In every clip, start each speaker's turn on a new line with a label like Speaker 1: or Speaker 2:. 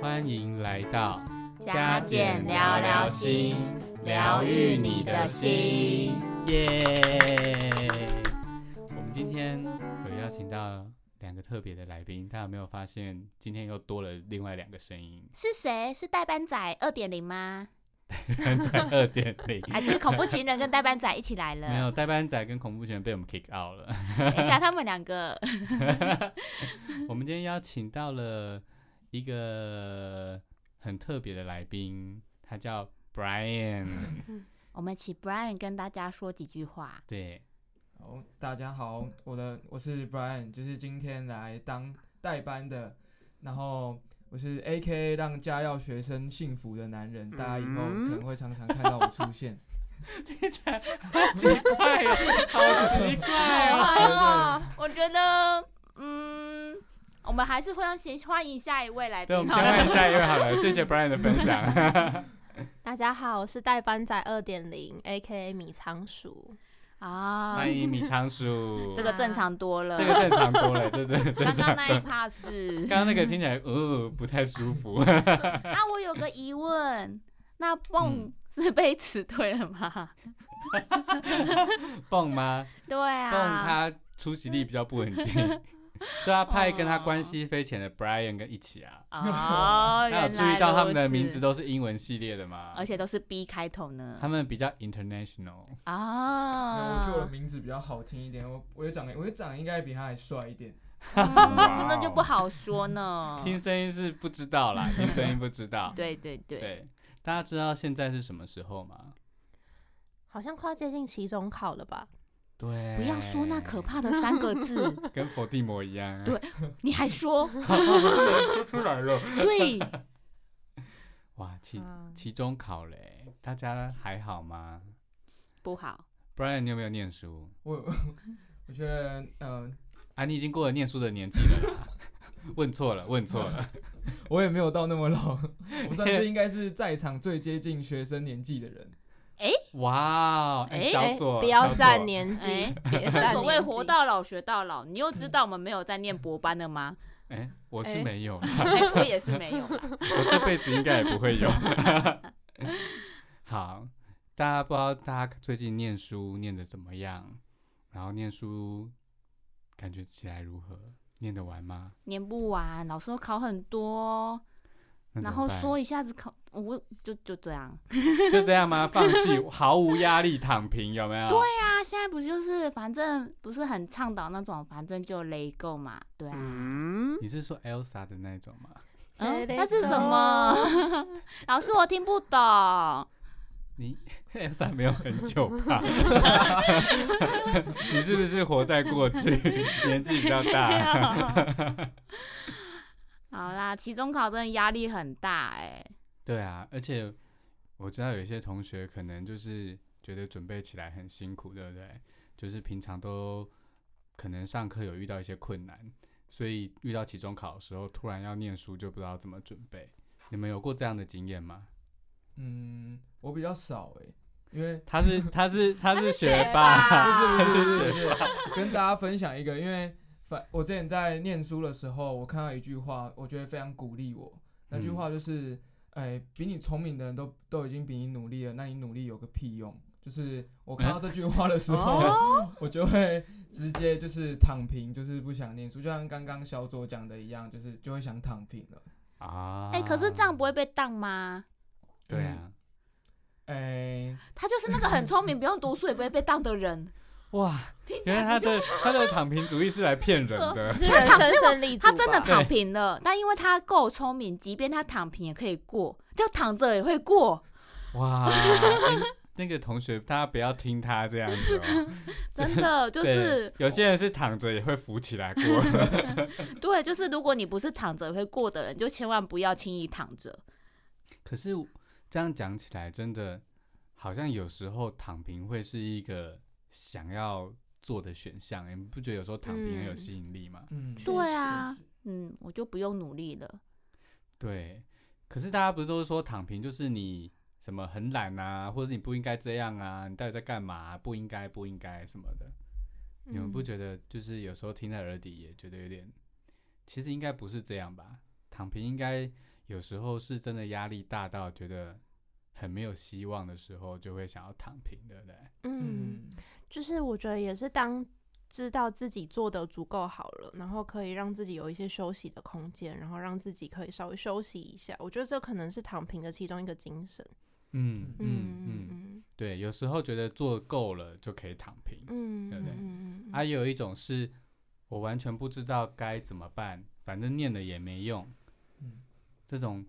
Speaker 1: 欢迎来到
Speaker 2: 加减聊聊心，疗愈你的心。？
Speaker 1: 耶！我们今天有邀请到两个特别的来宾，大家有没有发现今天又多了另外两个声音
Speaker 2: 是谁？是代班仔二点零吗？
Speaker 1: 在二点零，
Speaker 2: 还是恐怖情人跟代班仔一起来
Speaker 1: 没
Speaker 2: 了？
Speaker 1: 有代班仔跟恐怖情人被我们 kick out 了。
Speaker 2: 等一下，他们两个
Speaker 1: 我们今天邀请到了一个很特别的来宾，他叫 Brian。
Speaker 2: 我们请 Brian 跟大家说几句话。
Speaker 1: 对，
Speaker 3: 好，大家好，我的我是 Brian，就是今天来当代班的，然后我是 AK 让家药学生幸福的男人，大家以后可能会常常看到我出现。
Speaker 1: 听起来好奇怪哦，好奇怪哦。
Speaker 2: 哎呦，我觉得，嗯，我们还是会要先欢迎下一位来
Speaker 1: 对，我
Speaker 2: 宾
Speaker 1: 们
Speaker 2: 好
Speaker 1: 先
Speaker 2: 了。
Speaker 1: 换下一位好了，谢谢 Brian 的分 享。
Speaker 4: 大家好，我是代班仔二点零，A K A 米仓鼠。
Speaker 2: 啊
Speaker 1: 欢，迎米仓鼠，
Speaker 2: 这个正常多了
Speaker 1: 这。个正常多了，这这这
Speaker 2: 刚
Speaker 1: 正常。
Speaker 2: 刚那一趴 是，
Speaker 1: 刚刚那个听起来呃不太舒服，
Speaker 2: 那我有个疑问，那
Speaker 1: 嗯
Speaker 2: 蹦是被辞退了吗？
Speaker 1: 蹦吗？
Speaker 2: 对
Speaker 1: 蹦
Speaker 2: 啊，
Speaker 1: 他出席力比较不稳 定，所以他派跟他关系匪浅的 Brian 跟一起啊。
Speaker 2: 哦，
Speaker 1: 那
Speaker 2: 原
Speaker 1: 有注
Speaker 2: 来
Speaker 1: 意到他们
Speaker 2: 如
Speaker 1: 的
Speaker 2: 此
Speaker 1: 名字都是英文系列的吗？
Speaker 2: 而且都是 B 开头呢。
Speaker 1: 他们比较 international，
Speaker 3: 然后我觉得我
Speaker 2: 啊
Speaker 3: 的，名字比较好听一点，我我也长得，我也长得应该比他还帅一点。
Speaker 2: 嗯 那就不好说呢。
Speaker 1: 听声音是不知道 啦，听声音不知道。
Speaker 2: 对对对，
Speaker 1: 对，大家知道现在是什么时候吗？
Speaker 4: 好像快要接近期中考了吧？
Speaker 1: 对，
Speaker 2: 不要说那可，怕的三个 字，
Speaker 1: 跟伏地魔一样。啊
Speaker 2: 对你还说
Speaker 1: 说出来了。
Speaker 2: 对，
Speaker 1: 哇，期
Speaker 4: 嗯，
Speaker 1: 期中考嘞，大家还好吗
Speaker 2: 不好。
Speaker 1: ？Brian，你有没有念书？
Speaker 3: 我 我觉得，呃，
Speaker 1: 啊，你已经过了念书的年纪了啦。 问错了，问错了。
Speaker 3: 我也没有到那么老， 我算是应该是在场最接近学生年纪的人。
Speaker 1: 哇哦，哎、
Speaker 2: 哎
Speaker 1: 小左，
Speaker 4: 不要
Speaker 1: 小左
Speaker 4: 占年纪
Speaker 2: 哎，，
Speaker 4: 别
Speaker 2: 正
Speaker 4: 占
Speaker 2: 所谓
Speaker 4: 年纪
Speaker 2: 活到老学到老，你又知道我们没有在念博班的吗？
Speaker 1: 哎、我是
Speaker 4: 哎
Speaker 1: 没有。
Speaker 2: 哎，我也是没有啦。
Speaker 1: 我这辈子应该也不会 有。好，大家不知道大家最近念书念的怎么样？然后念书感觉起来如何？念得完吗？
Speaker 2: 念不完，老师都考很多，
Speaker 1: 那怎
Speaker 2: 然
Speaker 1: 么
Speaker 2: 后
Speaker 1: 办
Speaker 2: 说一下子考，我就就这样。
Speaker 1: 就这样吗？放弃，毫无压力躺平，有没有？对呀、
Speaker 2: 那现在不就是反正不是很倡导那种，反正就勒够嘛，对啊。
Speaker 1: 嗯你是说 Elsa 的那种吗？
Speaker 2: 嗯，
Speaker 4: Let it
Speaker 2: 那是什么？ 老师，我听不懂。
Speaker 1: 你 Elsa 没有很久吧？你是不是活在过去，年纪比较
Speaker 2: 啊
Speaker 1: 大？
Speaker 2: 好啦，期中考真的压力很大哎、
Speaker 1: 对啊，而且我知道有一些同学可能就是觉得准备起来很辛苦，对不对？就是平常都可能上课有遇到一些困难，所以遇到期中考的时候，突然要念书就不知道怎么准备。你们有过这样的经验吗？
Speaker 3: 嗯，我比较少诶、因为
Speaker 1: 他是他是他是学
Speaker 2: 学
Speaker 1: 霸，
Speaker 2: 霸
Speaker 1: 他是学
Speaker 3: 是 跟大家分享一个，因为反我之前在念书的时候，我看到一句话，我觉得非常鼓励我。那
Speaker 1: 嗯
Speaker 3: 句话就是，哎、比你聪明的人都都已经比你努力了，那你努力有个屁用？就是我看到这句话的时
Speaker 1: 哦
Speaker 3: 候，
Speaker 2: 哦
Speaker 3: 我就会直接就是躺平，就是不想念书，就像刚刚小左讲的一样，就是就会想躺平了。
Speaker 1: 啊。
Speaker 2: 哎、可是这样不会被当吗？
Speaker 1: 对啊，
Speaker 3: 哎、
Speaker 2: 他就是那个很聪 明，不用读书也不会被当的人。
Speaker 1: 哇，
Speaker 2: 听起
Speaker 1: 原来他
Speaker 2: 来嗯
Speaker 1: 的他的躺平主义是来骗人 的。
Speaker 4: 是人生胜利组
Speaker 2: 他
Speaker 4: 吧
Speaker 2: 真的躺平了，但因为他够聪明，即便他躺平也可以过，就躺着也会过，
Speaker 1: 哇、哎那个同学，大家不要听他这样子哦。
Speaker 2: 真 的就
Speaker 1: 对
Speaker 2: 是
Speaker 1: 有些人是躺着也会浮起来过。
Speaker 2: 对，就是如果你不是躺着也会过的人，就千万不要轻易躺着。
Speaker 1: 可是这样讲起来，真的好像有时候躺平会是一个想要做的选项、哎你不觉得有时候躺平很有
Speaker 4: 嗯
Speaker 1: 吸引力吗？
Speaker 3: 嗯，
Speaker 2: 对啊，嗯，我就不用努力了。
Speaker 1: 对，可是大家不是都说躺平就是你什么很懒啊，或者你不应该这样啊，你到底在干嘛啊、不应该，不应该什么的。你们不
Speaker 4: 嗯
Speaker 1: 觉得就是有时候听在耳底也觉得有点，其实应该不是这样吧？躺平应该有时候是真的压力大到觉得很没有希望的时候，就会想要躺平，对不对？
Speaker 4: 嗯，
Speaker 3: 嗯，
Speaker 4: 就是我觉得也是当知道自己做的足够好了，然后可以让自己有一些休息的空间，然后让自己可以稍微休息一下。我觉得这可能是躺平的其中一个精神。
Speaker 1: 嗯嗯
Speaker 4: 嗯
Speaker 1: 嗯，
Speaker 4: 嗯
Speaker 1: 对，有时候觉得做够了就可以躺平，
Speaker 4: 嗯，
Speaker 1: 对不对
Speaker 4: 嗯嗯
Speaker 1: 啊，也有一种是我完全不知道该怎么办，反正念了也没用。
Speaker 3: 嗯
Speaker 1: 这种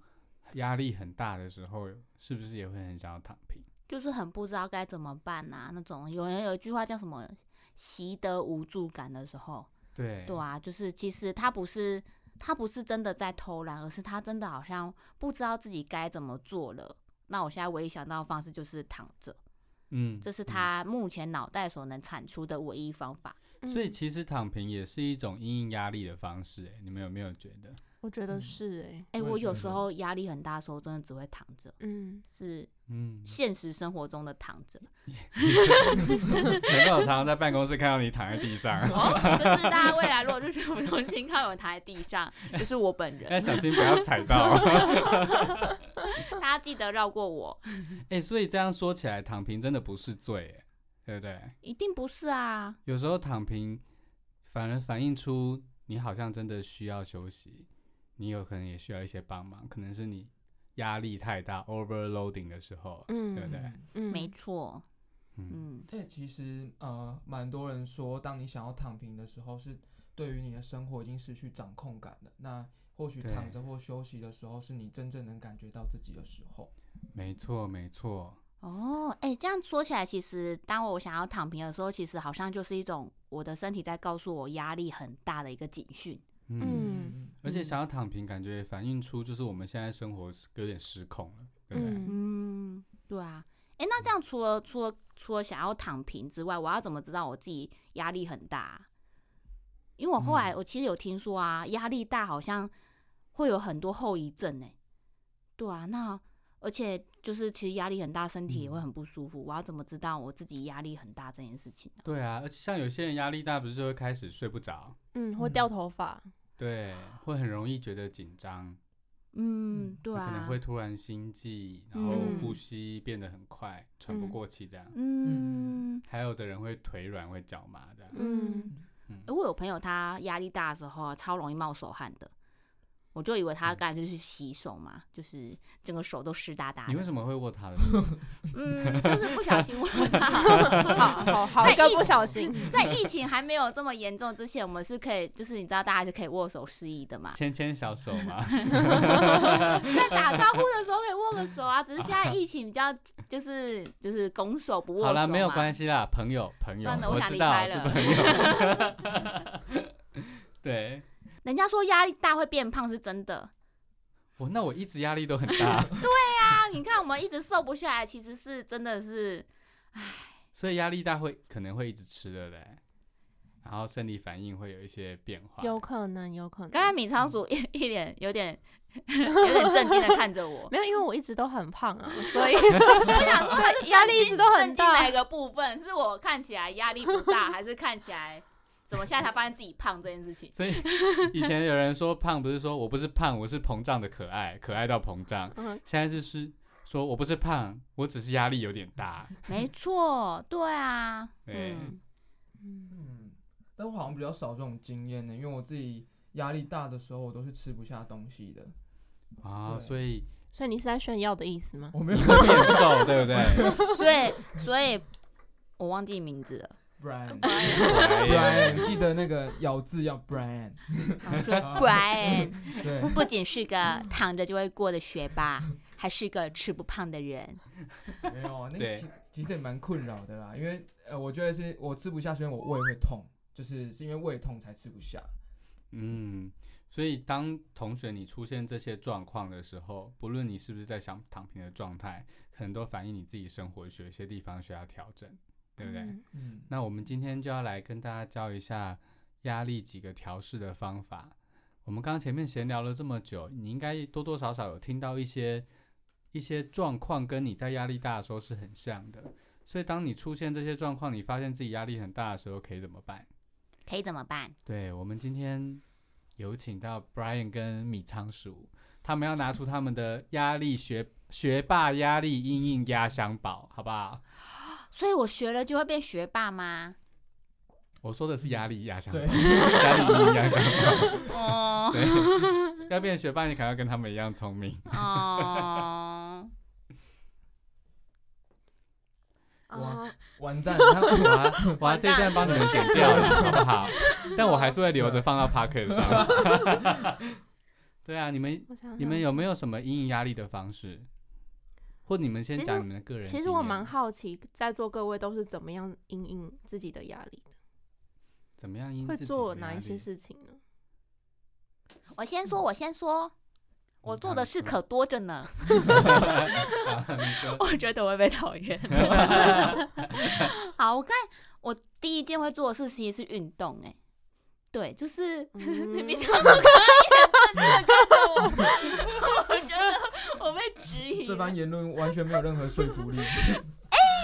Speaker 1: 压力很大的时候，是不是也会很想要躺平？
Speaker 2: 就是很不知道该怎么办啊，那种有人有一句话叫什么“习得无助感”的时候，
Speaker 1: 对，
Speaker 2: 对啊，就是其实他不是他不是真的在偷懒，而是他真的好像不知道自己该怎么做了。那我现在唯一想到的方式就是躺着，
Speaker 1: 嗯，
Speaker 2: 这是
Speaker 1: 嗯。
Speaker 2: 他目前脑袋所能产出的唯一方法。
Speaker 4: 嗯
Speaker 1: 所以其实躺平也是一种因应压力的方式、欸，你们有没有觉得？
Speaker 4: 我觉得
Speaker 3: 嗯
Speaker 4: 是哎、
Speaker 2: 哎、
Speaker 1: 我也
Speaker 2: 我
Speaker 1: 觉
Speaker 2: 有
Speaker 1: 得
Speaker 2: 时候压力很大的时候，真的只会躺着，
Speaker 4: 嗯，
Speaker 2: 是
Speaker 1: 嗯，
Speaker 2: 现实生活中的躺着。
Speaker 1: 难怪我常常在办公室看到你躺在地上，
Speaker 2: 哦，就是大家未来如果去我们中心看我躺在地上，就是我本人，
Speaker 1: 要哎小心不要踩 到。
Speaker 2: 大家记得绕过我。
Speaker 1: 哎、所以这样说起来，躺平真的不是罪、欸，对不对？
Speaker 2: 一定不是啊，
Speaker 1: 有时候躺平反而反映出你好像真的需要休息，你有可能也需要一些帮忙，可能是你压力太大 overloading 的时候，
Speaker 4: 嗯
Speaker 1: 对不对？
Speaker 4: 嗯
Speaker 2: 没错，
Speaker 1: 嗯
Speaker 2: 嗯，
Speaker 3: 对，其实呃，蛮多人说，当你想要躺平的时候，是对于你的生活已经失去掌控感的。那或许躺
Speaker 1: 对
Speaker 3: 着或休息的时候，是你真正能感觉到自己的时候。
Speaker 1: 没错没错，
Speaker 2: 哦，哎、这样说起来，其实当我想要躺平的时候，其实好像就是一种我的身体在告诉我压力很大的一个警讯。
Speaker 1: 嗯，
Speaker 4: 嗯
Speaker 1: 而且想要躺平，感觉也反映出就是我们现在生活是有点失控了，对不对？
Speaker 4: 嗯
Speaker 2: 嗯，对啊，哎、那这样除了除了除了想要躺平之外，我要怎么知道我自己压力很大啊？因为我后来
Speaker 1: 嗯
Speaker 2: 我其实有听说啊，压力大好像会有很多后遗症呢、欸对啊，那而且就是其实压力很大，身体也会
Speaker 1: 嗯
Speaker 2: 很不舒服。我要怎么知道我自己压力很大这件事情呢、
Speaker 1: 对啊，而且像有些人压力大，不是就会开始睡不着，
Speaker 4: 嗯，或掉头发，
Speaker 1: 对，会很容易觉得紧张，
Speaker 2: 嗯
Speaker 3: 嗯，
Speaker 2: 对
Speaker 1: 可
Speaker 2: 啊
Speaker 1: 能，会突然心悸，然后
Speaker 2: 嗯
Speaker 1: 呼吸变得很快，喘不
Speaker 4: 嗯
Speaker 1: 过气这样。
Speaker 2: 嗯
Speaker 1: 还有的人会腿软，会脚麻的。
Speaker 2: 嗯
Speaker 1: 嗯，
Speaker 2: 欸我有朋友他压力大的时候啊，超容易冒手汗的，我就以为他
Speaker 1: 嗯
Speaker 2: 干脆去洗手嘛，就是整个手都湿哒哒
Speaker 1: 你为
Speaker 2: 的。
Speaker 1: 什么会握他 的手？
Speaker 2: 嗯，就是不小心问 他。
Speaker 4: 好 好好一
Speaker 2: 在
Speaker 4: 个
Speaker 2: 一
Speaker 4: 不小心，
Speaker 2: 在疫情还没有这么严重之前，我们是可以，就是你知道大家是可以握手示意 的嘛，
Speaker 1: 牵牵小手吗？
Speaker 2: 在打招呼的时候可以握个手啊。只是现在疫情比较，就是就是拱手不握手
Speaker 1: 好啦，没有关
Speaker 2: 系。
Speaker 1: 系啦，朋友，朋友
Speaker 2: 算，了，我想
Speaker 1: 知
Speaker 2: 离
Speaker 1: 道
Speaker 2: 开
Speaker 1: 是
Speaker 2: 了
Speaker 1: 朋。友。 对，
Speaker 2: 人家说压力大会变胖是真的，
Speaker 1: 我那我一直压力都很大，
Speaker 2: 啊，你看我们一直瘦不下来，其实是真的是
Speaker 1: 所以压力大会可能会一直吃的嘞，然后生理反应会有一些变化。
Speaker 4: 有可能，有可能。
Speaker 2: 刚才米仓鼠 一一脸有点有点震惊的看着 我，
Speaker 4: 没有，因为我一直都很胖 啊，所以
Speaker 2: 我想说是
Speaker 4: 压力一直都很
Speaker 2: 震惊哪
Speaker 4: 大
Speaker 2: 一。个部分？是我看起来压力不大，还是看起来怎么现在才发现自己胖这件事 情？
Speaker 1: 所以以前有人说胖，不是说我不是胖，我是膨胀的可爱，可爱到膨胀。
Speaker 4: 嗯，
Speaker 1: 现在是是说我不是胖，我只是压力有点 大。
Speaker 2: 没错，对啊，
Speaker 1: 对
Speaker 2: 嗯，
Speaker 3: 嗯，但我好像比较少这种经验呢，因为我自己压力大的时候，我都是吃不下东西的。
Speaker 1: 啊，
Speaker 3: 对
Speaker 1: 所以
Speaker 4: 所以你是在炫耀的意思吗？
Speaker 3: 我没有
Speaker 1: 变瘦，对不对？
Speaker 2: 所以所以我忘记名 字了，
Speaker 3: Brian。
Speaker 1: 哎呀
Speaker 3: Brian，记得那个咬字要 Brian，
Speaker 2: 我说 Brian
Speaker 3: 对，
Speaker 2: 不仅是个躺着就会过的学霸，还是个吃不胖的人。
Speaker 3: 没有啊，那
Speaker 1: 对
Speaker 3: 个其其实也蛮困扰的啦，因为呃，我觉得是我吃不下，虽然我胃会痛，就是是因为胃痛才吃不下。
Speaker 1: 嗯，所以当同学你出现这些状况的时候，不论你是不是在想躺平的状态，可能都反映你自己生活学有些地方需要调整，对不对？
Speaker 4: 嗯
Speaker 3: 嗯，
Speaker 1: 那我们今天就要来跟大家教一下压力几个调试的方法。我们刚刚前面闲聊了这么久，你应该多多少少有听到一些一些状况，跟你在压力大的时候是很像的。所以当你出现这些状况，你发现自己压力很大的时候，可以怎么办？
Speaker 2: 可以怎么办？
Speaker 1: 对我们今天有请到 Brian 跟米仓鼠，他们要拿出他们的压力学学霸压力阴应压箱宝，好不好？
Speaker 2: 所以我学了就会变学霸 吗？
Speaker 1: 我说的是压力压箱宝，
Speaker 3: 对
Speaker 1: 压力阴应压箱宝。
Speaker 2: 哦
Speaker 1: 对， 要变学霸，你可能要跟他们一样聪 明。
Speaker 2: 哦，
Speaker 3: 哇
Speaker 4: 啊，
Speaker 3: 完蛋，他
Speaker 1: 哇哇，这一段帮你们剪掉了，好不好？但我还是会留着放到 p o c k e t 上。 对啊，你们
Speaker 4: 我想
Speaker 1: 你
Speaker 4: 想
Speaker 1: 们有没有什么阴影压力的方式？或你们先
Speaker 4: 其实
Speaker 1: 讲你们的个人经
Speaker 4: 其
Speaker 1: 验。
Speaker 4: 实我蛮好奇，在座各位都是怎么样应应自己的压力的，
Speaker 1: 怎么样因
Speaker 4: 会
Speaker 1: 自己
Speaker 4: 做
Speaker 1: 的
Speaker 4: 哪
Speaker 1: 压
Speaker 4: 一些
Speaker 1: 力？
Speaker 4: 事情 呢？
Speaker 2: 我先说，我先说，我做的事可多着呢。
Speaker 1: 好你说
Speaker 2: 我觉得我会被讨厌。好，我看我第一件会做的事其实是运动、哎，对，就是。你
Speaker 4: 嗯
Speaker 2: 比较可以，真的看着我，我觉得我被质疑
Speaker 3: 这
Speaker 2: 了。
Speaker 3: 番言论完全没有任何说服力。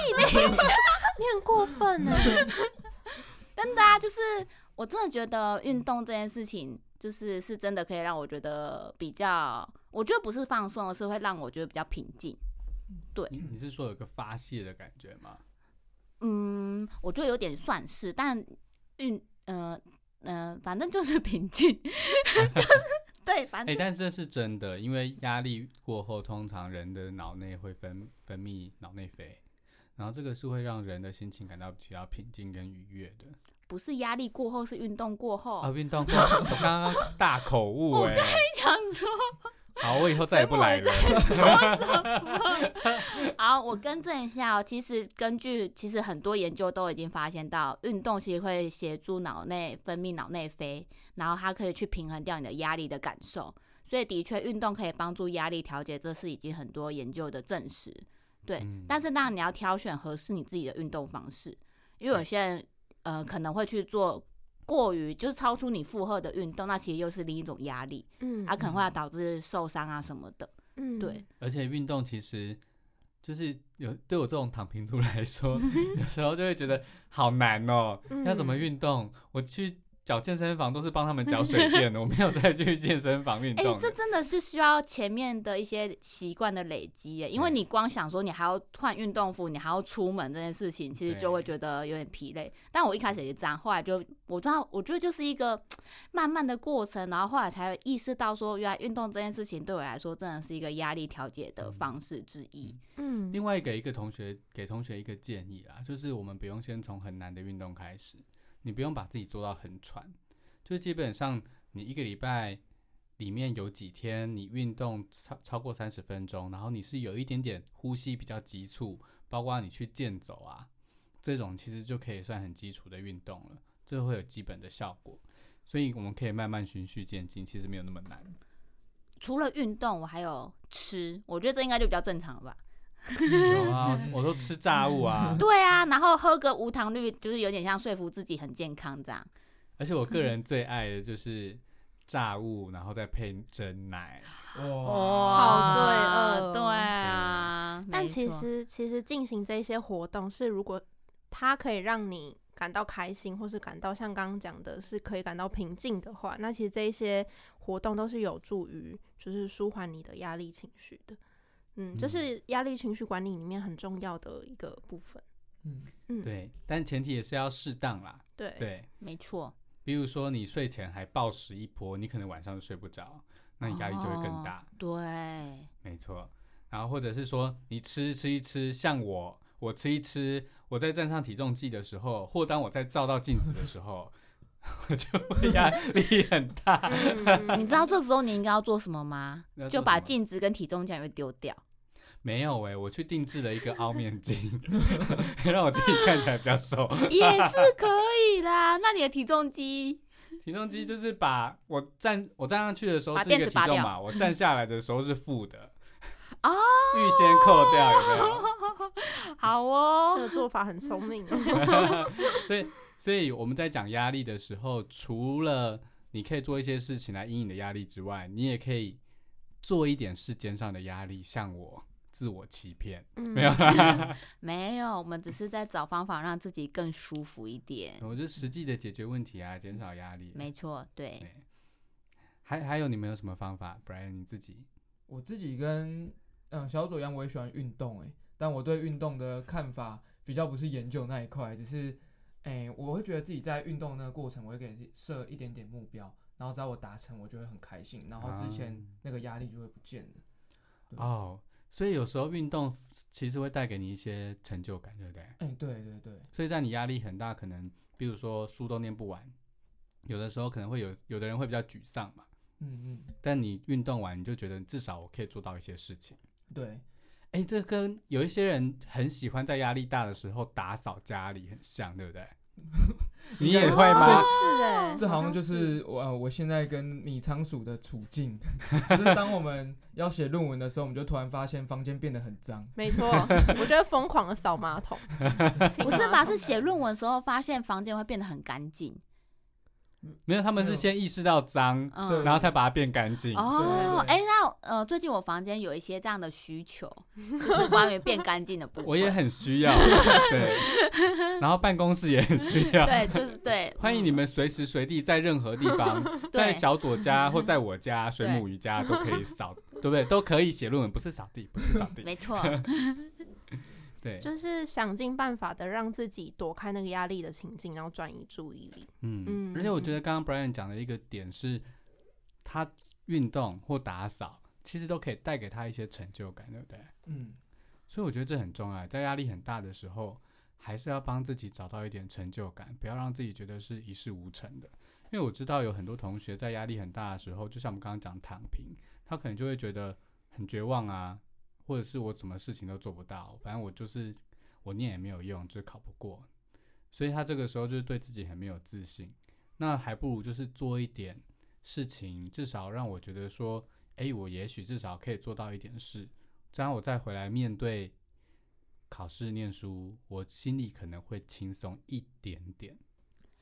Speaker 4: 你很 过分呢、欸
Speaker 2: 真的啊，就是我真的觉得运动这件事情，就是是真的可以让我觉得比较，我觉得不是放松，而是会让我觉得比较平静。
Speaker 1: 你你是说有个发泄的感觉吗？
Speaker 2: 嗯，我觉得有点算是，但运呃呃，反正就是 平 静。啊对，反
Speaker 1: 哎、
Speaker 2: 正、
Speaker 1: 但是这是真的，因为压力过后，通常人的脑内会分分泌脑内啡，然后这个是会让人的心情感到比较平静跟愉悦的。
Speaker 2: 不是压力过后，是运动过后。
Speaker 1: 啊，运动过后，我刚刚大口误
Speaker 2: 我
Speaker 1: 哎、
Speaker 2: 想说
Speaker 1: 好，我以后再也不来了。
Speaker 2: 好，我更正一下哦。其实根据其实很多研究都已经发现到，运动其实会协助脑内分泌脑内啡，然后它可以去平衡掉你的压力的感受。所以的确，运动可以帮助压力调节，这是已经很多研究的证实。对，
Speaker 1: 嗯
Speaker 2: 但是当然你要挑选合适你自己的运动方式，因为有些人呃可能会去做过于就是超出你负荷的运动，那其实又是另一种压力，
Speaker 4: 嗯
Speaker 2: 它、可能会导致受伤啊什么的。
Speaker 4: 嗯
Speaker 2: 对，
Speaker 1: 而且运动其实就是有对我这种躺平族 来说，有时候就会觉得好难哦，要怎么
Speaker 4: 嗯
Speaker 1: 运动？我去找健身房都是帮他们缴水电的，我没有再去健身房运
Speaker 2: 哎、
Speaker 1: 动的。
Speaker 2: 这真的是需要前面的一些习惯的累积耶，因为
Speaker 1: 对
Speaker 2: 你光想说你还要换运动服，你还要出门这件事情，其实就会
Speaker 1: 对
Speaker 2: 觉得有点疲累。但我一开始也是这样，后来就我知道，我觉得就是一个慢慢的过程，然后后来才意识到说，原来运动这件事情对我来说真的是一个压力调节的
Speaker 1: 嗯
Speaker 2: 方式之一。
Speaker 4: 嗯
Speaker 1: 另外给一个同学给同学一个建议啦，就是我们不用先从很难的运动开始，你不用把自己做到很喘，就是基本上你一个礼拜里面有几天你运动超超过三十分钟，然后你是有一点点呼吸比较急促，包括你去健走啊，这种其实就可以算很基础的运动了，这会有基本的效果，所以我们可以慢慢循序渐进，其实没有那么难。
Speaker 2: 除了运动，我还有吃，我觉得这应该就比较正常了吧。
Speaker 3: 嗯
Speaker 1: 有 啊，我都吃炸物啊。
Speaker 2: 对啊，然后喝个无糖绿，就是有点像说服自己很健康这样。
Speaker 1: 而且我
Speaker 2: 嗯
Speaker 1: 个人最爱的就是炸物，然后再配真奶。
Speaker 3: 哇，
Speaker 4: 好罪恶
Speaker 2: 对啊，
Speaker 4: 但
Speaker 2: 没
Speaker 4: 其
Speaker 2: 错
Speaker 4: 实其实进行这些活动是，如果它可以让你感到开心，或是感到像刚刚讲的是可以感到平静的话，那其实这一些活动都是有助于就是舒缓你的压力情绪的。嗯，这
Speaker 1: 嗯
Speaker 4: 是压力情绪管理里面很重要的一个部分。
Speaker 3: 嗯，
Speaker 4: 嗯，
Speaker 1: 对，但前提也是要适当啦。
Speaker 4: 对
Speaker 1: 对，
Speaker 2: 没错，
Speaker 1: 比如说你睡前还暴食一波，你可能晚上就睡不着，那你压力就会更大。
Speaker 2: 哦对，
Speaker 1: 没错。然后或者是说你吃吃一吃，像我，我吃一吃，我在站上体重计的时候，或当我在照到镜子的时候， 我就会压力很大。
Speaker 4: 嗯
Speaker 2: 你知道这时候你应该要做什 么吗？
Speaker 1: 那
Speaker 2: 就
Speaker 1: 做
Speaker 2: 把
Speaker 1: 什么
Speaker 2: 镜子跟体重秤给丢掉。
Speaker 1: 没有哎、我去定制了一个凹面镜， 让我自己看起来比较瘦。
Speaker 2: 也是可以啦。 那你的体重机，
Speaker 1: 体重机就是把我站我站上去的时候
Speaker 2: 把
Speaker 1: 是一
Speaker 2: 垫
Speaker 1: 个
Speaker 2: 子
Speaker 1: 体
Speaker 2: 拔
Speaker 1: 重
Speaker 2: 掉
Speaker 1: 嘛，我站下来的时候是负的，
Speaker 2: 哦
Speaker 1: 预先扣掉有没有？
Speaker 2: 好
Speaker 4: 这
Speaker 2: 哦，
Speaker 4: 个做法很 聪明哦。
Speaker 1: 所以所以我们在讲压力的时候，除了你可以做一些事情来应你的压力之外，你也可以做一点世间上的压力，像我自我欺骗，
Speaker 4: 嗯
Speaker 1: 没有 啦，
Speaker 2: 没有，我们只是在找方法让自己更舒服一点。
Speaker 1: 我就实际的解决问题啊，减少压力啊。
Speaker 2: 嗯没错，对，
Speaker 1: 对，还还有你们有什么方法？Brian 你自己
Speaker 3: 我自己跟嗯小左一样，我也喜欢运动诶、但我对运动的看法比较不是研究那一块，只是诶、我会觉得自己在运动那个过程，我会给自己设一点点目标，然后只要我达成，我就会很开心，然后之前
Speaker 1: 啊
Speaker 3: 那个压力就会不见了。对
Speaker 1: 哦，所以有时候运动其实会带给你一些成就感，对不对？
Speaker 3: 哎、对对对，
Speaker 1: 所以在你压力很大，可能比如说书都念不完，有的时候可能会有有的人会比较沮丧嘛。
Speaker 3: 嗯嗯，
Speaker 1: 但你运动完，你就觉得至少我可以做到一些事情。
Speaker 3: 对，
Speaker 1: 哎、这跟有一些人很喜欢在压力大的时候打扫家里很像，对不 对？你也会
Speaker 4: 真
Speaker 1: 吗？
Speaker 4: 是哎，
Speaker 3: 这好像就是我、呃我现在跟米仓鼠的处境， 就是当我们要写论文的时候，我们就突然发现房间变得很脏。
Speaker 4: 没错，我就会疯狂的扫马桶，
Speaker 2: 不是吧？是写论文的时候发现房间会变得很干净
Speaker 1: 没有，他们是先意识到脏，
Speaker 3: 对
Speaker 2: 嗯。
Speaker 1: 然后才把它变干净。
Speaker 2: 哦，
Speaker 3: 对
Speaker 2: 哎、那呃，最近我房间有一些这样的需求，就是关于变干净的部分。
Speaker 1: 我也很需要，对，然后办公室也很需要。
Speaker 2: 对，就是对。
Speaker 1: 欢迎你们随时随地在任何地方，
Speaker 2: 嗯
Speaker 1: 在
Speaker 2: 对
Speaker 1: 小左家或在我家、水母鱼家都可以扫， 对不对？都可以写论文，不是扫地，不是扫地。
Speaker 2: 没错，
Speaker 1: 对，
Speaker 4: 就是想尽办法的让自己躲开那个压力的情境，然后转移注意力。
Speaker 1: 嗯，
Speaker 4: 嗯
Speaker 1: 而且我觉得刚刚 Brian 讲的一个点是，他运动或打扫其实都可以带给他一些成就感，对不对？
Speaker 3: 嗯，
Speaker 1: 所以我觉得这很重要，在压力很大的时候，还是要帮自己找到一点成就感，不要让自己觉得是一事无成的。因为我知道有很多同学在压力很大的时候，就像我们刚刚讲躺平，他可能就会觉得很绝望啊，或者是我什么事情都做不到，反正我就是我念也没有用，就是考不过，所以他这个时候就是对自己很没有自信。那还不如就是做一点事情，至少让我觉得说，诶，我也许至少可以做到一点事，这样我再回来面对考试、念书，我心里可能会轻松一点点。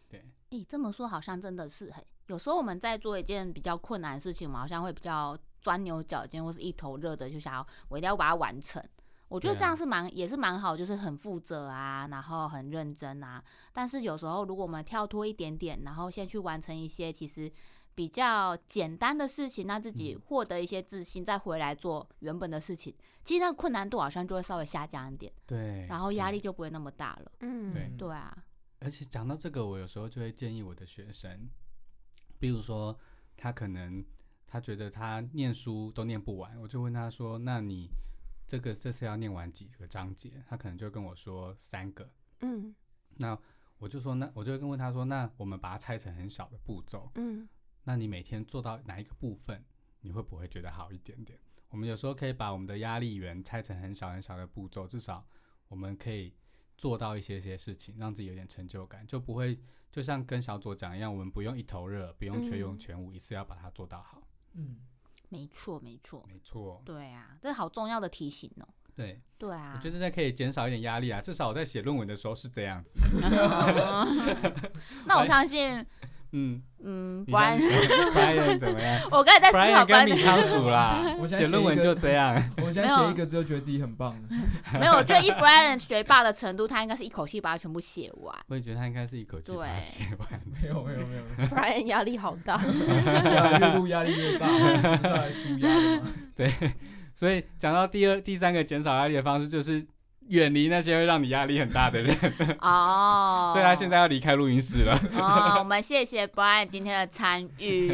Speaker 1: 对，
Speaker 2: 诶、这么说好像真的是嘿。有时候我们在做一件比较困难的事情，我们好像会比较钻牛角尖，或是一头热的，就想要我一定要把它完成。我觉得
Speaker 1: 对啊
Speaker 2: 这样是蛮、也是蛮好，就是很负责啊，然后很认真啊。但是有时候如果我们跳脱一点点，然后先去完成一些其实比较简单的事情，让自己
Speaker 1: 嗯
Speaker 2: 获得一些自信，再回来做原本的事情，其实那个困难度好像就会稍微下降一点，
Speaker 1: 对，
Speaker 2: 然后压力就不会那么大了。
Speaker 4: 嗯
Speaker 1: 对
Speaker 2: 对啊，
Speaker 1: 而且讲到这个，我有时候就会建议我的学生，比如说他可能他觉得他念书都念不完，我就问他说：“那你这个这次要念完几个章节？”他可能就跟我说三个。
Speaker 4: 嗯
Speaker 1: 那我就说：“那我就跟问他说，那我们把它拆成很小的步骤，
Speaker 4: 嗯
Speaker 1: 那你每天做到哪一个部分，你会不会觉得好一点点？我们有时候可以把我们的压力源拆成很小很小的步骤，至少我们可以做到一些些事情，让自己有点成就感，就不会就像跟小左讲一样，我们不用一头热，不用全勇
Speaker 4: 嗯
Speaker 1: 全无，一次要把它做到好。
Speaker 3: 嗯，
Speaker 2: 没错没错，
Speaker 1: 没错，
Speaker 2: 对啊，这好重要的提醒哦、
Speaker 1: 对，
Speaker 2: 对啊，
Speaker 1: 我觉得这可以减少一点压力啊，至少我在写论文的时候是这样子。
Speaker 2: 那我相信，
Speaker 1: 嗯，
Speaker 2: 嗯
Speaker 1: 你像 Brian
Speaker 2: ，Brian，
Speaker 1: 怎么 样
Speaker 2: 我刚才在思
Speaker 1: ？Brian
Speaker 2: 考
Speaker 1: 跟
Speaker 2: Brian，
Speaker 1: 米仓鼠 啦
Speaker 3: 我，想
Speaker 1: 写
Speaker 3: 写
Speaker 1: 论
Speaker 3: 一
Speaker 1: 文
Speaker 3: 个
Speaker 1: 就这样。
Speaker 3: 我现在
Speaker 2: 没
Speaker 3: 写
Speaker 2: 有
Speaker 3: 一个字就觉得自己很棒了。
Speaker 2: 没有，我觉得以 Brian 学霸的程度，他应该是一口气把它全部写完。
Speaker 1: 我也觉得他应该是一口气把它
Speaker 2: 对
Speaker 1: 写完。
Speaker 3: 没有没有没有，
Speaker 4: ，Brian 压力好大。
Speaker 3: 越来越录压力越大，不是来舒压的吗？
Speaker 1: 所以讲到第二、第三个减少压力的方式，就是远离那些会让你压力很大的 人。
Speaker 2: 哦，
Speaker 1: 所以他现在要离开录音室了。
Speaker 2: 哦，我们谢谢 Brian 今天的参与。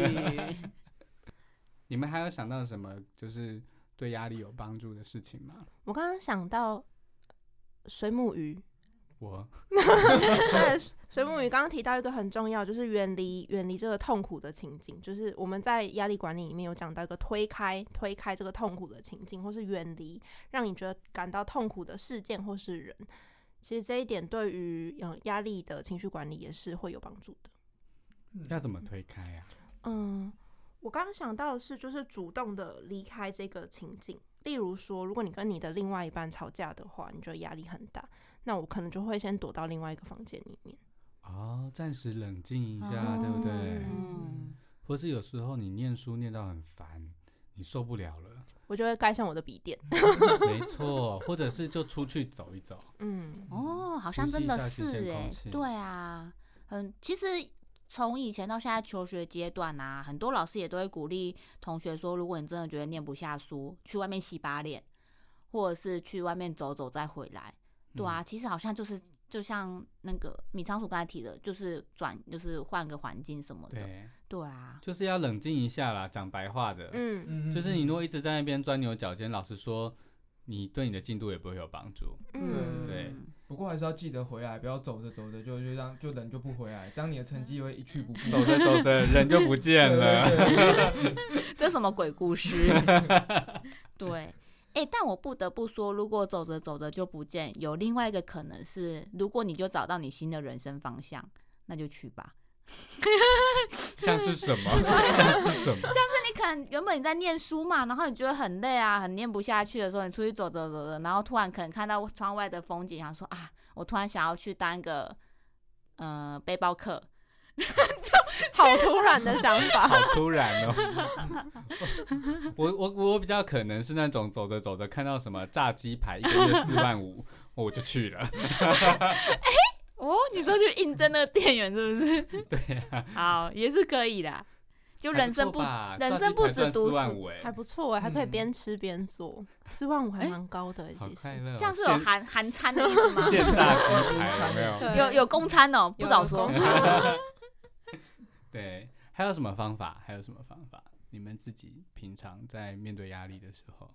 Speaker 1: 你们还有想到什么就是对压力有帮助的事情吗？
Speaker 4: 我刚刚想到水母鱼，
Speaker 1: 我
Speaker 4: 对，水母鱼刚刚提到一个很重要，就是远离远离这个痛苦的情境，就是我们在压力管理里面有讲到一个推开推开这个痛苦的情境，或是远离让你觉得感到痛苦的事件或是人。其实这一点对于嗯压力的情绪管理也是会有帮助的。
Speaker 1: 要怎么推开啊呀、
Speaker 4: 嗯，我刚刚想到的是，就是主动的离开这个情境。例如说，如果你跟你的另外一半吵架的话，你觉得压力很大，那我可能就会先躲到另外一个房间里面。
Speaker 1: 哦，暂时冷静一下，
Speaker 2: 哦
Speaker 1: 对不对？
Speaker 2: 嗯
Speaker 1: 或是有时候你念书念到很烦，你受不了 了，
Speaker 4: 我就会盖上我的笔电。
Speaker 1: 没错，或者是就出去走一走。
Speaker 4: 嗯，
Speaker 2: 哦，好像真的是
Speaker 1: 呼吸一下新鲜
Speaker 2: 哎
Speaker 1: 空气，
Speaker 2: 对啊，嗯，其实从以前到现在求学阶段啊，很多老师也都会鼓励同学说，如果你真的觉得念不下书，去外面洗把脸，或者是去外面走走再回来。对
Speaker 1: 嗯
Speaker 2: 啊，其实好像就是就像那个米仓鼠刚才提的，就是转就是换个环境什么的。对
Speaker 1: 对，
Speaker 2: 啊，
Speaker 1: 就是要冷静一下啦，讲白话的，
Speaker 4: 嗯
Speaker 3: 嗯，
Speaker 1: 就是你如果
Speaker 3: 一
Speaker 1: 一直在那边钻牛角尖，老实说，你对你的进度也不会有帮助。
Speaker 4: 嗯，
Speaker 1: 对
Speaker 2: 嗯
Speaker 3: 不过还是要记得回来，不要走着走着就就这样就人就不回来，这样你的成绩会一去不复。
Speaker 1: 走着走着，人就不见了。
Speaker 3: 对，对对对
Speaker 2: 这什么鬼故 事？对，哎、但我不得不说，如果走着走着就不见，有另外一个可能是，如果你就找到你新的人生方向，那就去吧。
Speaker 1: 像是什么？ 像是什么？
Speaker 2: 但是你可能原本你在念书嘛，然后你觉得很累啊，很念不下去的时候，你出去走走走走，然后突然可能看到窗外的风景，想说啊，我突然想要去当一个呃背包客，
Speaker 4: 好突然的想
Speaker 1: 好
Speaker 4: 法，
Speaker 1: 突然哦！我我我比较可能是那种走着走着看到什么炸鸡排一个月四万五，我就去了。
Speaker 2: 哦，你说去应征那个店员是不 是？对、好，也是可以的。就人生不
Speaker 1: 还错吧
Speaker 2: 人生不止读
Speaker 1: 四万
Speaker 2: 书
Speaker 1: 五哎，
Speaker 4: 还不错哎，还可以
Speaker 3: 嗯
Speaker 4: 边吃边做，四万五还
Speaker 2: 哎
Speaker 4: 蛮高的哎，
Speaker 1: 好
Speaker 4: 其
Speaker 1: 快
Speaker 4: 实。
Speaker 1: 乐哦。
Speaker 2: 这样是有含含餐的意思吗
Speaker 1: 现？现炸鸡排有没有？
Speaker 4: 对
Speaker 2: 有有公餐哦，不早说。
Speaker 1: 对，还有什么方法？还有什么方法？你们自己平常在面对压力的时候，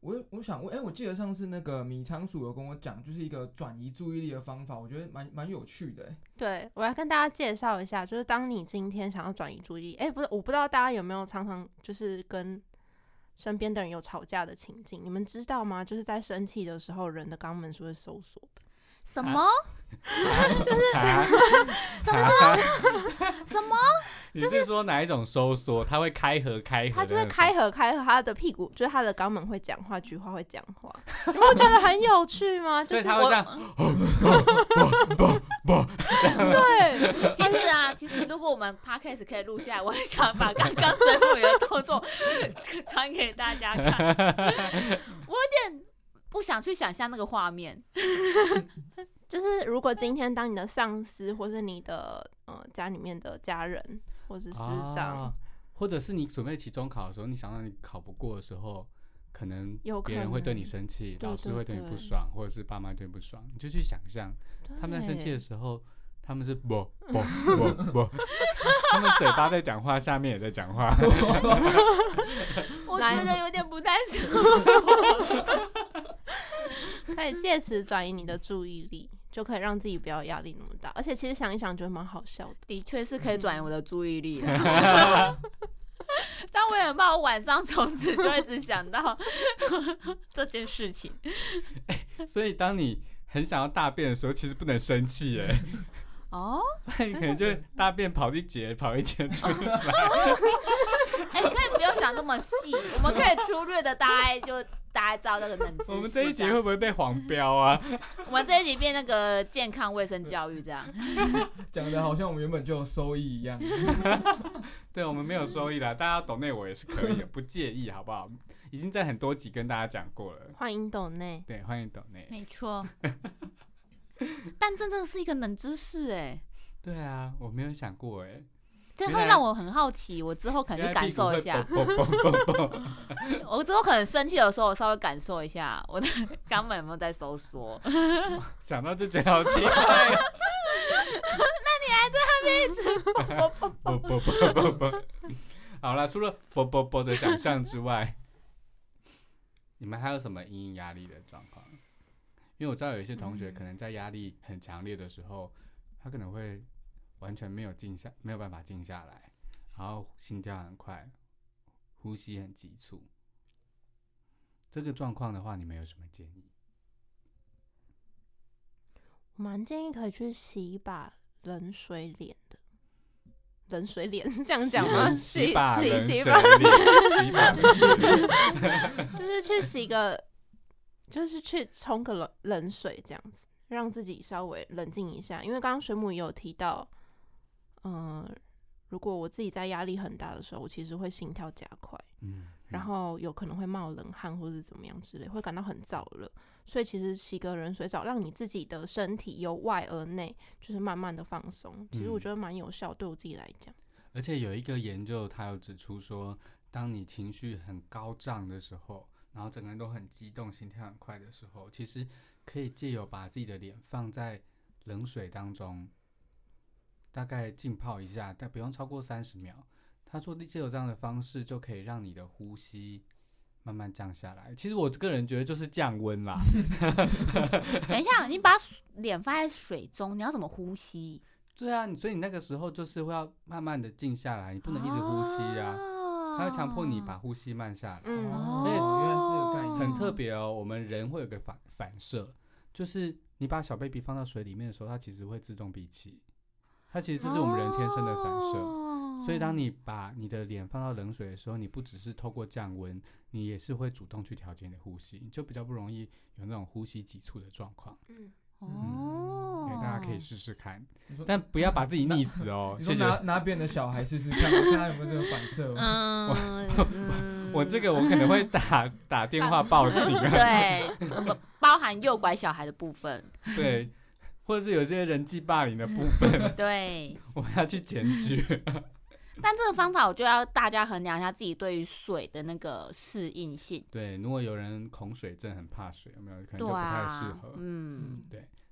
Speaker 3: 我我想问，哎、我记得上次那个米仓鼠有跟我讲，就是一个转移注意力的方法，我觉得蛮蛮有趣的、哎
Speaker 4: 对，我要跟大家介绍一下，就是当你今天想要转移注意力，哎、不是，我不知道大家有没有常常就是跟身边的人有吵架的情境，你们知道吗？就是在生气的时候，人的肛门是会收缩的。
Speaker 2: 什么
Speaker 1: 就是
Speaker 2: 怎么什 么？
Speaker 1: 你是说哪一种收缩？它会开合开合？
Speaker 4: 他就会开。合开合，他的屁股就是他的肛门会讲话，菊花会讲话，你不觉得很有趣 吗？
Speaker 1: 所
Speaker 4: 就
Speaker 1: 以
Speaker 4: 是
Speaker 1: 他会这
Speaker 4: 我，
Speaker 1: 样，
Speaker 4: 对，
Speaker 2: 其实啊，其实如果我们 podcast 可以录下来，我很想把刚刚水母鱼的动作传给大家 看。我有点不想去想象那个画面。
Speaker 4: 就是如果今天当你的上司或是你的呃家里面的家人或是师长，
Speaker 1: 哦或者是你准备期中考的时候，你想到你考不过的时候，可能
Speaker 4: 有可
Speaker 1: 别人会对你
Speaker 4: 能
Speaker 1: 生气，
Speaker 4: 对
Speaker 1: 老师
Speaker 4: 对
Speaker 1: 会对你不
Speaker 4: 对
Speaker 1: 爽，或者是爸妈对你不爽，你就去想象他们在生气的
Speaker 4: 对
Speaker 1: 时候，他们是不不不不， 他们嘴巴在讲话，下面也在讲 话。
Speaker 2: 我
Speaker 4: 来
Speaker 2: 觉得有点不太舒服。
Speaker 4: 可以借此转移你的注意力，就可以让自己不要压力那么大。而且其实想一想，觉得蛮好笑的。
Speaker 2: 的确是可以转移我的注意力的。 但我也很怕，我晚上从此就一直想到 这件事情。
Speaker 1: 所以当你很想要大便的时候，其实不能生气 哎，
Speaker 2: 哦，
Speaker 1: 不然你可能就会大便跑一节跑一节出来。
Speaker 2: 哎、可以不用想这么细，我们可以粗略的大概就大概知道那个冷知识。
Speaker 1: 我们这一节
Speaker 2: 样
Speaker 1: 会不会被黄标啊？
Speaker 2: 我们这一集变那个健康卫生教育这样。
Speaker 3: 讲的好像我们原本就有收益一样。
Speaker 1: 对，我们没有收益啦，大家懂内我也是可 以的，不介意好不好？已经在很多集跟大家讲过了。
Speaker 4: 欢迎抖内，
Speaker 1: 对，欢迎懂内。
Speaker 2: 没错，但真的是一个冷知识哎，
Speaker 1: 对啊，我没有想过哎，
Speaker 2: 这
Speaker 1: 原
Speaker 2: 会
Speaker 1: 来
Speaker 2: 让我很好奇，我之后可能去啊感受一下。
Speaker 1: 原来屁股会啵啵啵啵啵
Speaker 2: 我之后可能生气的时候，我稍微感受一下我的 肛门有没有在收缩。
Speaker 1: 想到就觉得好奇怪。那你还在那边一直啵啵啵啵啵啵。好了，除了啵啵啵的想象之外，你们还有什么阴影压力的状况？因为我知道有一些同学可能在压力很强烈的时候，他可能会完全没有静下，没有办法静下来，然后心跳很快，呼吸很急促。这个状况的话，你们有什么建议？
Speaker 4: 我蛮建议可以去洗一把冷水脸的。冷水脸是这样讲吗？
Speaker 1: 洗
Speaker 4: 洗
Speaker 1: 把
Speaker 4: 洗
Speaker 1: 人
Speaker 4: 洗
Speaker 1: 水
Speaker 4: 吧，
Speaker 1: 脸洗把 人水脸
Speaker 4: 就是去洗个，就是去冲个冷冷水这样子，让自己稍微冷静一下。因为刚刚水母也有提到，呃嗯、如果我自己在压力很大的时候，我其实会心跳加快。
Speaker 1: 嗯，嗯
Speaker 4: 然后有可能会冒冷汗或是怎么样之类，会感到很燥热。所以其实洗个冷水澡，让你自己的身体由外而内就是慢慢的放松，其实我
Speaker 1: 嗯
Speaker 4: 觉得蛮有效，对我自己来讲。
Speaker 1: 而且有一个研究，它有指出说，当你情绪很高涨的时候，然后整个人都很激动、心跳很快的时候，其实可以借由把自己的脸放在冷水当中，大概浸泡一下，但不用超过三十秒。他说，借由这样的方式，就可以让你的呼吸慢慢降下来。其实我个人觉得就是降温啦，
Speaker 2: 等一下，你把水脸放在水中，你要怎么呼吸？
Speaker 1: 对啊，你所以你那个时候就是会要慢慢的静下来，你不能一直呼吸啊，
Speaker 2: 啊
Speaker 1: 他会强迫你把呼吸慢下来。
Speaker 4: 嗯
Speaker 3: 哦，
Speaker 1: 哎
Speaker 3: 原来是有概念，
Speaker 1: 很特别哦。我们人会有个反反射，就是你把小 baby 放到水里面的时候，它其实会自动闭气。它其实这是我们人天生的反射。
Speaker 3: 哦
Speaker 2: 射
Speaker 1: 所以当你把你的脸放到冷水的时候，你不只是透过降温，你也是会主动去调节你的呼吸，你就比较不容易有那种呼吸急促的状况。
Speaker 4: 嗯，
Speaker 2: 哦
Speaker 1: 对，，嗯大家可以试试看
Speaker 3: 你说，
Speaker 1: 但不要把自己溺死哦。
Speaker 3: 你
Speaker 1: 谢谢。
Speaker 3: 说拿拿别人的小孩试试看，看他有没有这个反射。
Speaker 2: 嗯，嗯
Speaker 1: 我这个我可能会 打打电话报警啊。
Speaker 2: 对，嗯包含诱拐小孩的部分，
Speaker 1: 对，或者是有些人际霸凌的部分，
Speaker 2: 对。
Speaker 1: 我们要去检举。
Speaker 2: 但这个方法，我就要大家衡量一下自己对于水的那个适应性。
Speaker 1: 对，如果有人恐水症很怕水，有没有可能就
Speaker 2: 对
Speaker 1: 不太适
Speaker 2: 啊
Speaker 1: 合。，
Speaker 2: 嗯，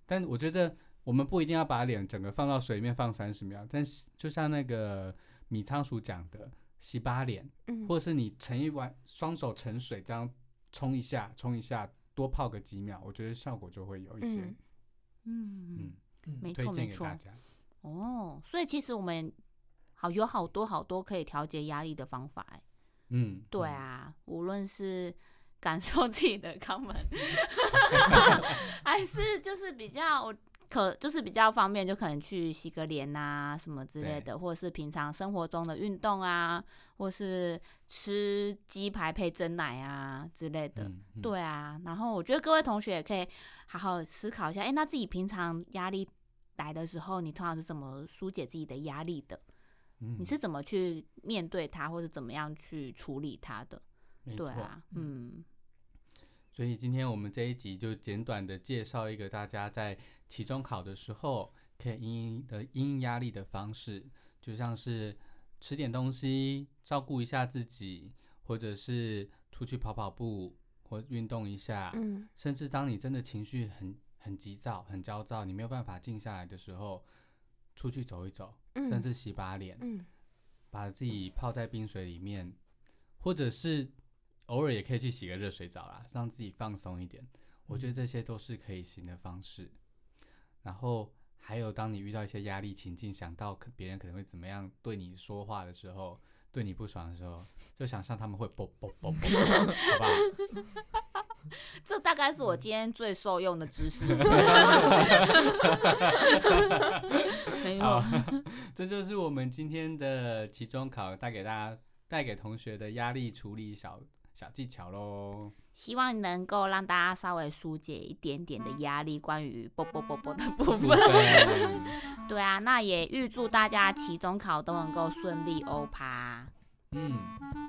Speaker 1: 但我觉得我们不一定要把脸整个放到水里面放三十秒，但是就像那个米仓鼠讲的，洗把脸，
Speaker 4: 嗯
Speaker 1: 或者是你盛一碗双手盛水这样冲一下，冲一下，多泡个几秒，我觉得效果就会有一些。
Speaker 4: 嗯
Speaker 2: 嗯
Speaker 1: 嗯，
Speaker 2: 没
Speaker 1: 推
Speaker 2: 错
Speaker 1: 荐
Speaker 2: 没
Speaker 1: 给
Speaker 2: 错
Speaker 1: 大。家。
Speaker 2: 哦，所以其实我们好有好多好多可以调节压力的方法、哎，
Speaker 1: 嗯，
Speaker 2: 对
Speaker 1: 嗯，
Speaker 2: 啊，无论是感受自己的肛门， 还是就是比较我可就是比较方便，就可能去洗个脸啊什么之类的，或者是平常生活中的运动啊，或是吃鸡排配蒸奶啊之类的。
Speaker 1: 嗯，嗯，
Speaker 2: 对啊，然后我觉得各位同学也可以好好思考一下，哎，那自己平常压力来的时候，你通常是怎么疏解自己的压力的？
Speaker 1: 嗯
Speaker 2: 你是怎么去面对它，或者怎么样去处理它的？
Speaker 1: 没
Speaker 2: 对
Speaker 1: 错
Speaker 2: 啊，嗯，
Speaker 1: 所以今天我们这一集就简短的介绍一个大家在期中考的时候可以因应的因应压力的方式，就像是吃点东西，照顾一下自己，或者是出去跑跑步或运动一下，
Speaker 4: 嗯
Speaker 1: 甚至当你真的情绪很很急躁、很焦躁，你没有办法静下来的时候，出去走一走，
Speaker 4: 嗯，
Speaker 1: 甚至洗把脸，
Speaker 4: 嗯
Speaker 1: 把自己泡在冰水里面，或者是偶尔也可以去洗个热水澡啦，让自己放松一点。我
Speaker 2: 嗯
Speaker 1: 觉得这些都是可以行的方式。然后还有，当你遇到一些压力情境，想到可别人可能会怎么样对你说话的时候，对你不爽的时候，就想象他们会啵啵啵啵， 好不好？
Speaker 2: 这大概是
Speaker 1: 嗯
Speaker 2: 我今天最受用的知 识。没有啊
Speaker 1: 好， 这就是我们今天的期中考带给大家、带给同学的压力处理小小技巧喽。
Speaker 2: 希望能够让大家稍微疏解一点点的压力，关于啵啵啵啵的部分。
Speaker 1: 对
Speaker 2: 对啊，那也预祝大家期中考都能够顺利欧趴，
Speaker 1: 嗯，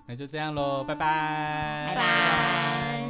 Speaker 1: 那就这样喽，拜拜，
Speaker 2: 拜拜。